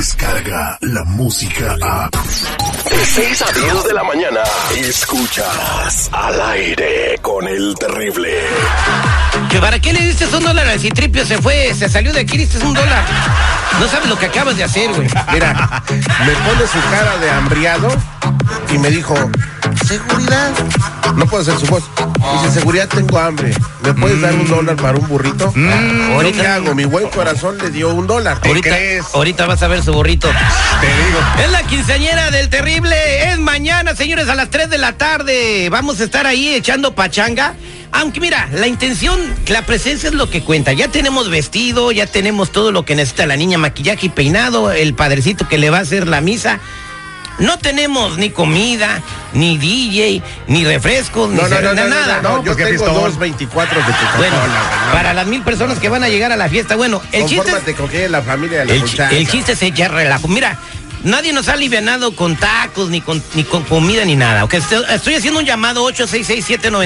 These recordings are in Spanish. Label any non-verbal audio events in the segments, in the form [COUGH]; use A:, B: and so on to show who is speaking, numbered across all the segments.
A: Escucha la música a.
B: De 6 a 10 de la mañana. Escuchas al aire con el terrible.
C: ¿Que para qué le diste un dólar si Tripio se fue, se salió de aquí, diste un dólar? No sabes lo que acabas de hacer, güey.
D: Mira, me pone su cara de hambriado y me dijo, ¿seguridad? No puedo hacer su voz. Dice, seguridad tengo hambre. ¿Me puedes dar un dólar para un burrito? ¿Yo
C: Mm. ahorita-
D: ¿Qué hago? Mi buen corazón le dio un dólar. ¿Te
C: Ahorita, Oh,
D: crees?
C: ahorita vas a ver su burrito.
D: Te digo.
C: Es la quinceañera del terrible. Es mañana, señores, a las 3 de la tarde. Vamos a estar ahí echando pachanga. Aunque mira, la intención, la presencia es lo que cuenta. Ya tenemos vestido, ya tenemos todo lo que necesita la niña, maquillaje y peinado, el padrecito que le va a hacer la misa. No tenemos ni comida, ni DJ, ni refrescos, ni
D: No, no,
C: cerveza,
D: no, no,
C: nada.
D: no, no, yo
E: pues, qué
D: tengo
E: pistón.
D: dos 24 de tu
C: Bueno,
D: Coca-Cola.
C: para las mil personas que van a llegar a la fiesta, bueno, el chiste es-
D: Confórmate con que la familia de la
C: el,
D: muchacha.
C: chi- el chiste es echar relajo. Mira, nadie nos ha alivianado con tacos, ni con, ni con comida, ni nada. Ok, estoy, estoy haciendo un llamado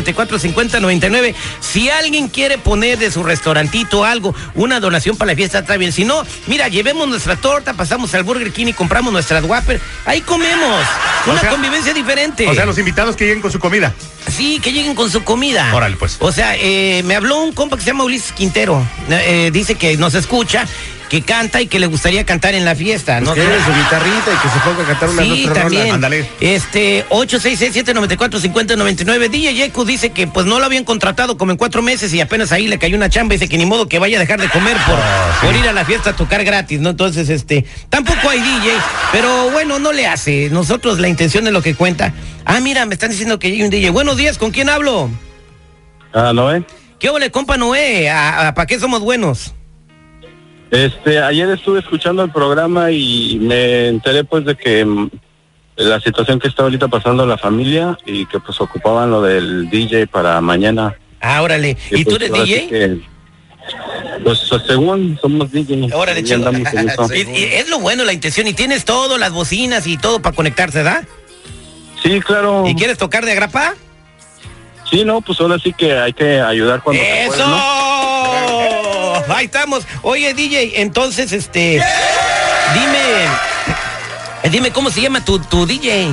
C: 866-794-5099. Si alguien quiere poner de su restaurantito algo, una donación para la fiesta, está bien. Si no, mira, llevemos nuestra torta, pasamos al Burger King y compramos nuestras Whopper. Ahí comemos. Una
E: sea-
C: convivencia diferente.
E: O sea, los invitados que lleguen con su comida.
C: Sí, que lleguen con su comida.
E: Órale, pues.
C: O sea, eh, me habló un compa que se llama Ulises Quintero. Eh, eh, dice que nos escucha, que canta y que le gustaría cantar en la fiesta.
D: Pues
C: ¿no? Ah,
D: que lleve su guitarrita y que se ponga a cantar una
C: Sí,
D: otra rola.
C: también.
E: ándale.
C: Este, 866-794-5099. DJ Yeku dice que pues no lo habían contratado como en cuatro meses y apenas ahí le cayó una chamba. Dice que ni modo que vaya a dejar de comer por, por ir a la fiesta a tocar gratis, ¿no? Entonces, este, tampoco hay DJ, pero bueno, no le hace. Nosotros la intención es lo que cuenta. Ah, mira, me están diciendo que hay un DJ. Buenos días, ¿con quién hablo?
F: Ah, ¿no, eh?
C: ¿Qué ole, compa Noé? ¿Para qué somos buenos?
F: Este, ayer estuve escuchando el programa y me enteré pues de que mm, la situación que está ahorita pasando la familia y que pues ocupaban lo del DJ para mañana.
C: Ah, órale. ¿Y tú
F: pues,
C: eres
F: ahora sí
C: DJ?
F: que, pues según somos DJ.
C: Órale,
F: Y
C: chido.
F: andamos
C: [LAUGHS]
F: en eso.
C: Y- y es lo bueno la intención y tienes todo, las bocinas y todo para conectarse, ¿verdad?
F: Sí, claro.
C: ¿Y quieres tocar de agrapa?
F: Sí, no, pues ahora sí que hay que ayudar cuando se
C: ¡Eso!
F: pueda, ¿no?
C: Ahí estamos. Oye, DJ, entonces, este. Dime. Dime cómo se llama tu, tu DJ.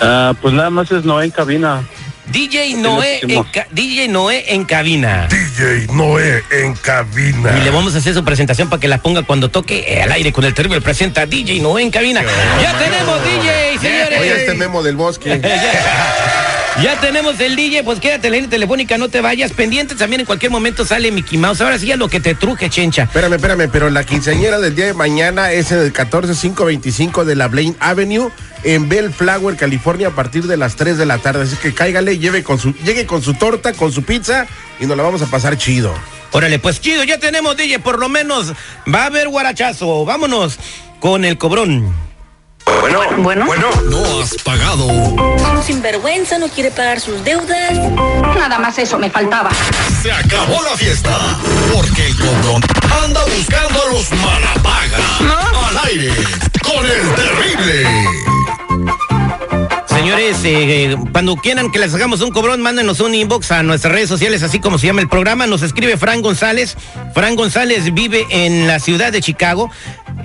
F: Ah, pues nada más es no en cabina.
C: DJ Noé, en
F: decimos.
C: ca- DJ Noé en cabina.
A: DJ Noé en cabina.
C: Y le vamos a hacer su presentación para que la ponga cuando toque eh, al aire con el terrible. Presenta DJ Noé en cabina. Ya tenemos DJ, señores.
D: Oye, este memo del bosque.
C: [LAUGHS] Ya tenemos el DJ, pues quédate en la línea telefónica, no te vayas. Pendientes también en cualquier momento sale Mickey Mouse. Ahora sí a lo que te truje, chencha.
D: Espérame, espérame, pero la quinceañera del día de mañana es en el 14525 de la Blaine Avenue en Bellflower, California, a partir de las 3 de la tarde. Así que cáigale, lleve con su, llegue con su torta, con su pizza y nos la vamos a pasar chido.
C: Órale, pues chido, ya tenemos DJ, por lo menos va a haber guarachazo. Vámonos con el cobrón.
B: Bueno,
G: Bueno.
B: bueno.
A: No has pagado.
G: Un sinvergüenza, no quiere pagar sus deudas. Nada más eso me faltaba.
A: Se acabó la fiesta. Porque el cobrón anda buscando a los malapagas. Al aire con el terrible.
C: Señores, eh, eh, cuando quieran que les hagamos un cobrón, mándenos un inbox a nuestras redes sociales, así como se llama el programa. Nos escribe Fran González. Fran González vive en la ciudad de Chicago.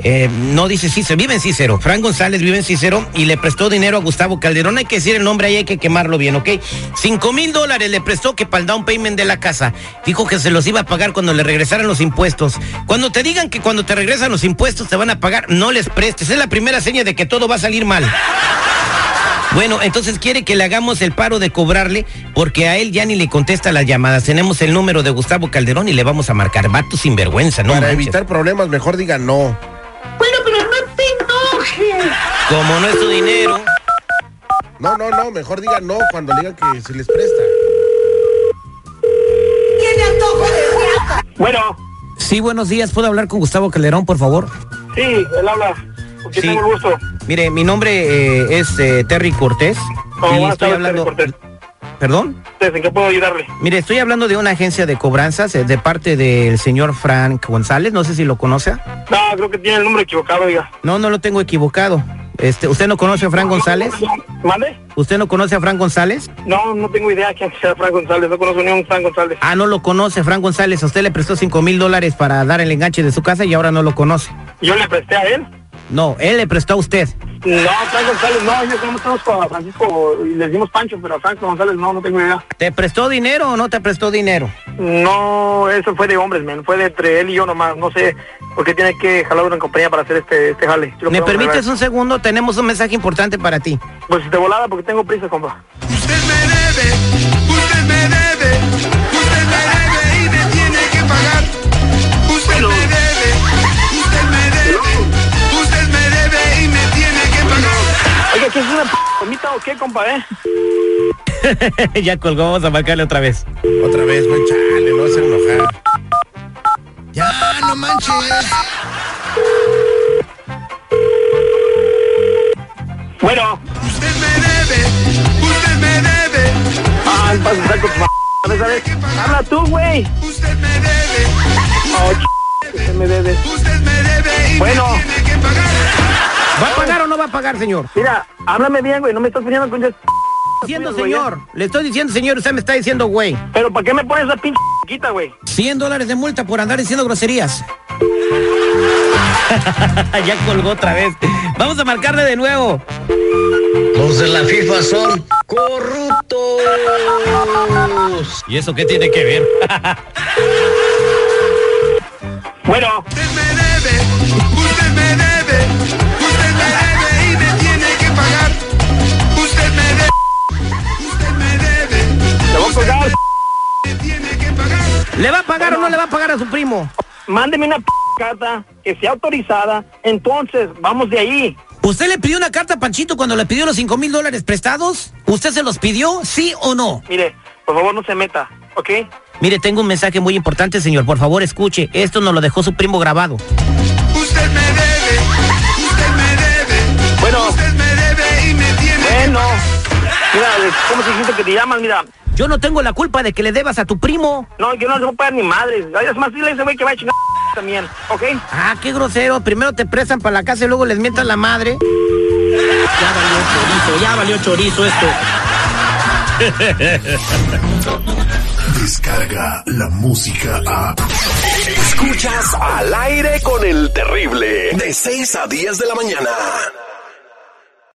C: Eh, no dice Cícero, vive en Cícero. Fran González vive en Cícero y le prestó dinero a Gustavo Calderón. Hay que decir el nombre ahí, hay que quemarlo bien, ¿ok? Cinco mil dólares le prestó que para el down payment de la casa. Dijo que se los iba a pagar cuando le regresaran los impuestos. Cuando te digan que cuando te regresan los impuestos te van a pagar, no les prestes. Es la primera seña de que todo va a salir mal. Bueno, entonces quiere que le hagamos el paro de cobrarle porque a él ya ni le contesta las llamadas. Tenemos el número de Gustavo Calderón y le vamos a marcar. Vato sinvergüenza, ¿no?
D: Para
C: manches.
D: evitar problemas, mejor diga no.
C: Como no es su dinero.
D: No, no, no, mejor diga no cuando le digan que se les presta.
H: Bueno,
C: Sí, buenos días. ¿Puedo hablar con Gustavo Calderón, por favor?
H: sí, él habla. ¿Con quién
C: Sí.
H: tengo el gusto?
C: Mire, mi nombre eh, es eh, Terry Cortés.
H: ¿Cómo vas, Terry Cortés?
C: ¿Perdón?
H: Ustedes, ¿En qué puedo ayudarle?
C: Mire, estoy hablando de una agencia de cobranzas eh, de parte del señor Frank González. No sé si lo conoce.
H: No, creo que tiene el nombre equivocado, oiga.
C: No, no lo tengo equivocado. Este, ¿Usted no conoce a Frank González?
H: ¿Mande?
C: ¿Usted no conoce a Frank González?
H: No, no tengo idea quién sea Frank González. No conozco ni a un Frank González.
C: Ah, no lo conoce, Fran González. A usted le prestó cinco mil dólares para dar el enganche de su casa y ahora no lo conoce.
H: Yo le presté a él.
C: No, él le prestó a usted.
H: No, Frank González, no, yo estamos todos con Francisco y les dimos Pancho, pero a Franco González no, no tengo idea.
C: ¿Te prestó dinero o no te prestó dinero?
H: No, eso fue de hombres, men, fue de entre él y yo nomás, no sé por qué tiene que jalar una compañía para hacer este, este jale. Yo lo
C: ¿Me
H: puedo
C: permites
H: arreglar.
C: un segundo? Tenemos un mensaje importante para ti. [LAUGHS]
H: Pues de volada porque tengo prisa, compa.
I: Usted me debe, usted me debe, usted me debe y me tiene que pagar. Usted me debe, usted me debe, usted me debe y me tiene que pagar.
H: Oiga, ¿qué es una p comita o qué, compa, eh?
C: ya colgó, vamos a marcarle otra vez.
D: Otra vez, güey, chale, no se enojar.
I: Ya, no manches.
H: Bueno,
I: Usted me debe, usted me debe,
H: ah, pasa, Franco, tu m- ¿sabes? Habla tú, güey.
I: usted me debe,
H: Oh, ch- que me debes.
I: usted me debe y
H: Bueno.
I: me tiene que pagar.
C: ¿Va a pagar o no va a pagar, señor?
H: Mira, háblame bien, güey, no me estás poniendo con esas p-
C: Diciendo,
H: güey, ¿eh?
C: señor. Le estoy diciendo, señor, usted me está diciendo, güey.
H: Pero ¿para qué me pones esa pinche quita, güey?
C: 100 dólares de multa por andar diciendo groserías. [LAUGHS] ya colgó otra vez. Vamos a marcarle de nuevo.
J: Los de la FIFA son corruptos.
C: ¿Y eso qué tiene que ver?
H: Bueno,
I: Usted me debe, usted me debe, usted me debe y me tiene que pagar. Usted me debe, usted me debe,
H: te voy a colgar.
I: me tiene que pagar.
C: ¿Le va a pagar o no le va a pagar a su primo?
H: Mándeme una p carta que sea autorizada. Entonces, vamos de ahí.
J: ¿Usted le pidió una carta a Panchito cuando le pidió los 5 mil dólares prestados? ¿Usted se los pidió? ¿Sí o no?
H: Mire, por favor, no se meta, ¿ok?
C: Mire, tengo un mensaje muy importante, señor. Por favor, escuche. Esto nos lo dejó su primo grabado.
I: Usted me debe, usted me debe,
H: Bueno,
I: usted me debe y me tiene que
H: bueno.
I: pagar.
H: Mira, ¿cómo se dijiste que te llamas? Mira,
C: Yo no tengo la culpa de que le debas a tu primo.
H: no, yo no le voy a pagar ni madres. Ay, Es más, dile a ese güey que va a chingar también, ¿ok?
C: Ah, qué grosero. Primero te prestan para la casa y luego les mientas la madre.
J: Ya valió chorizo, ya valió chorizo esto.
B: Descarga la música a.
A: Escuchas al aire con el terrible. De 6 a 10 de la mañana.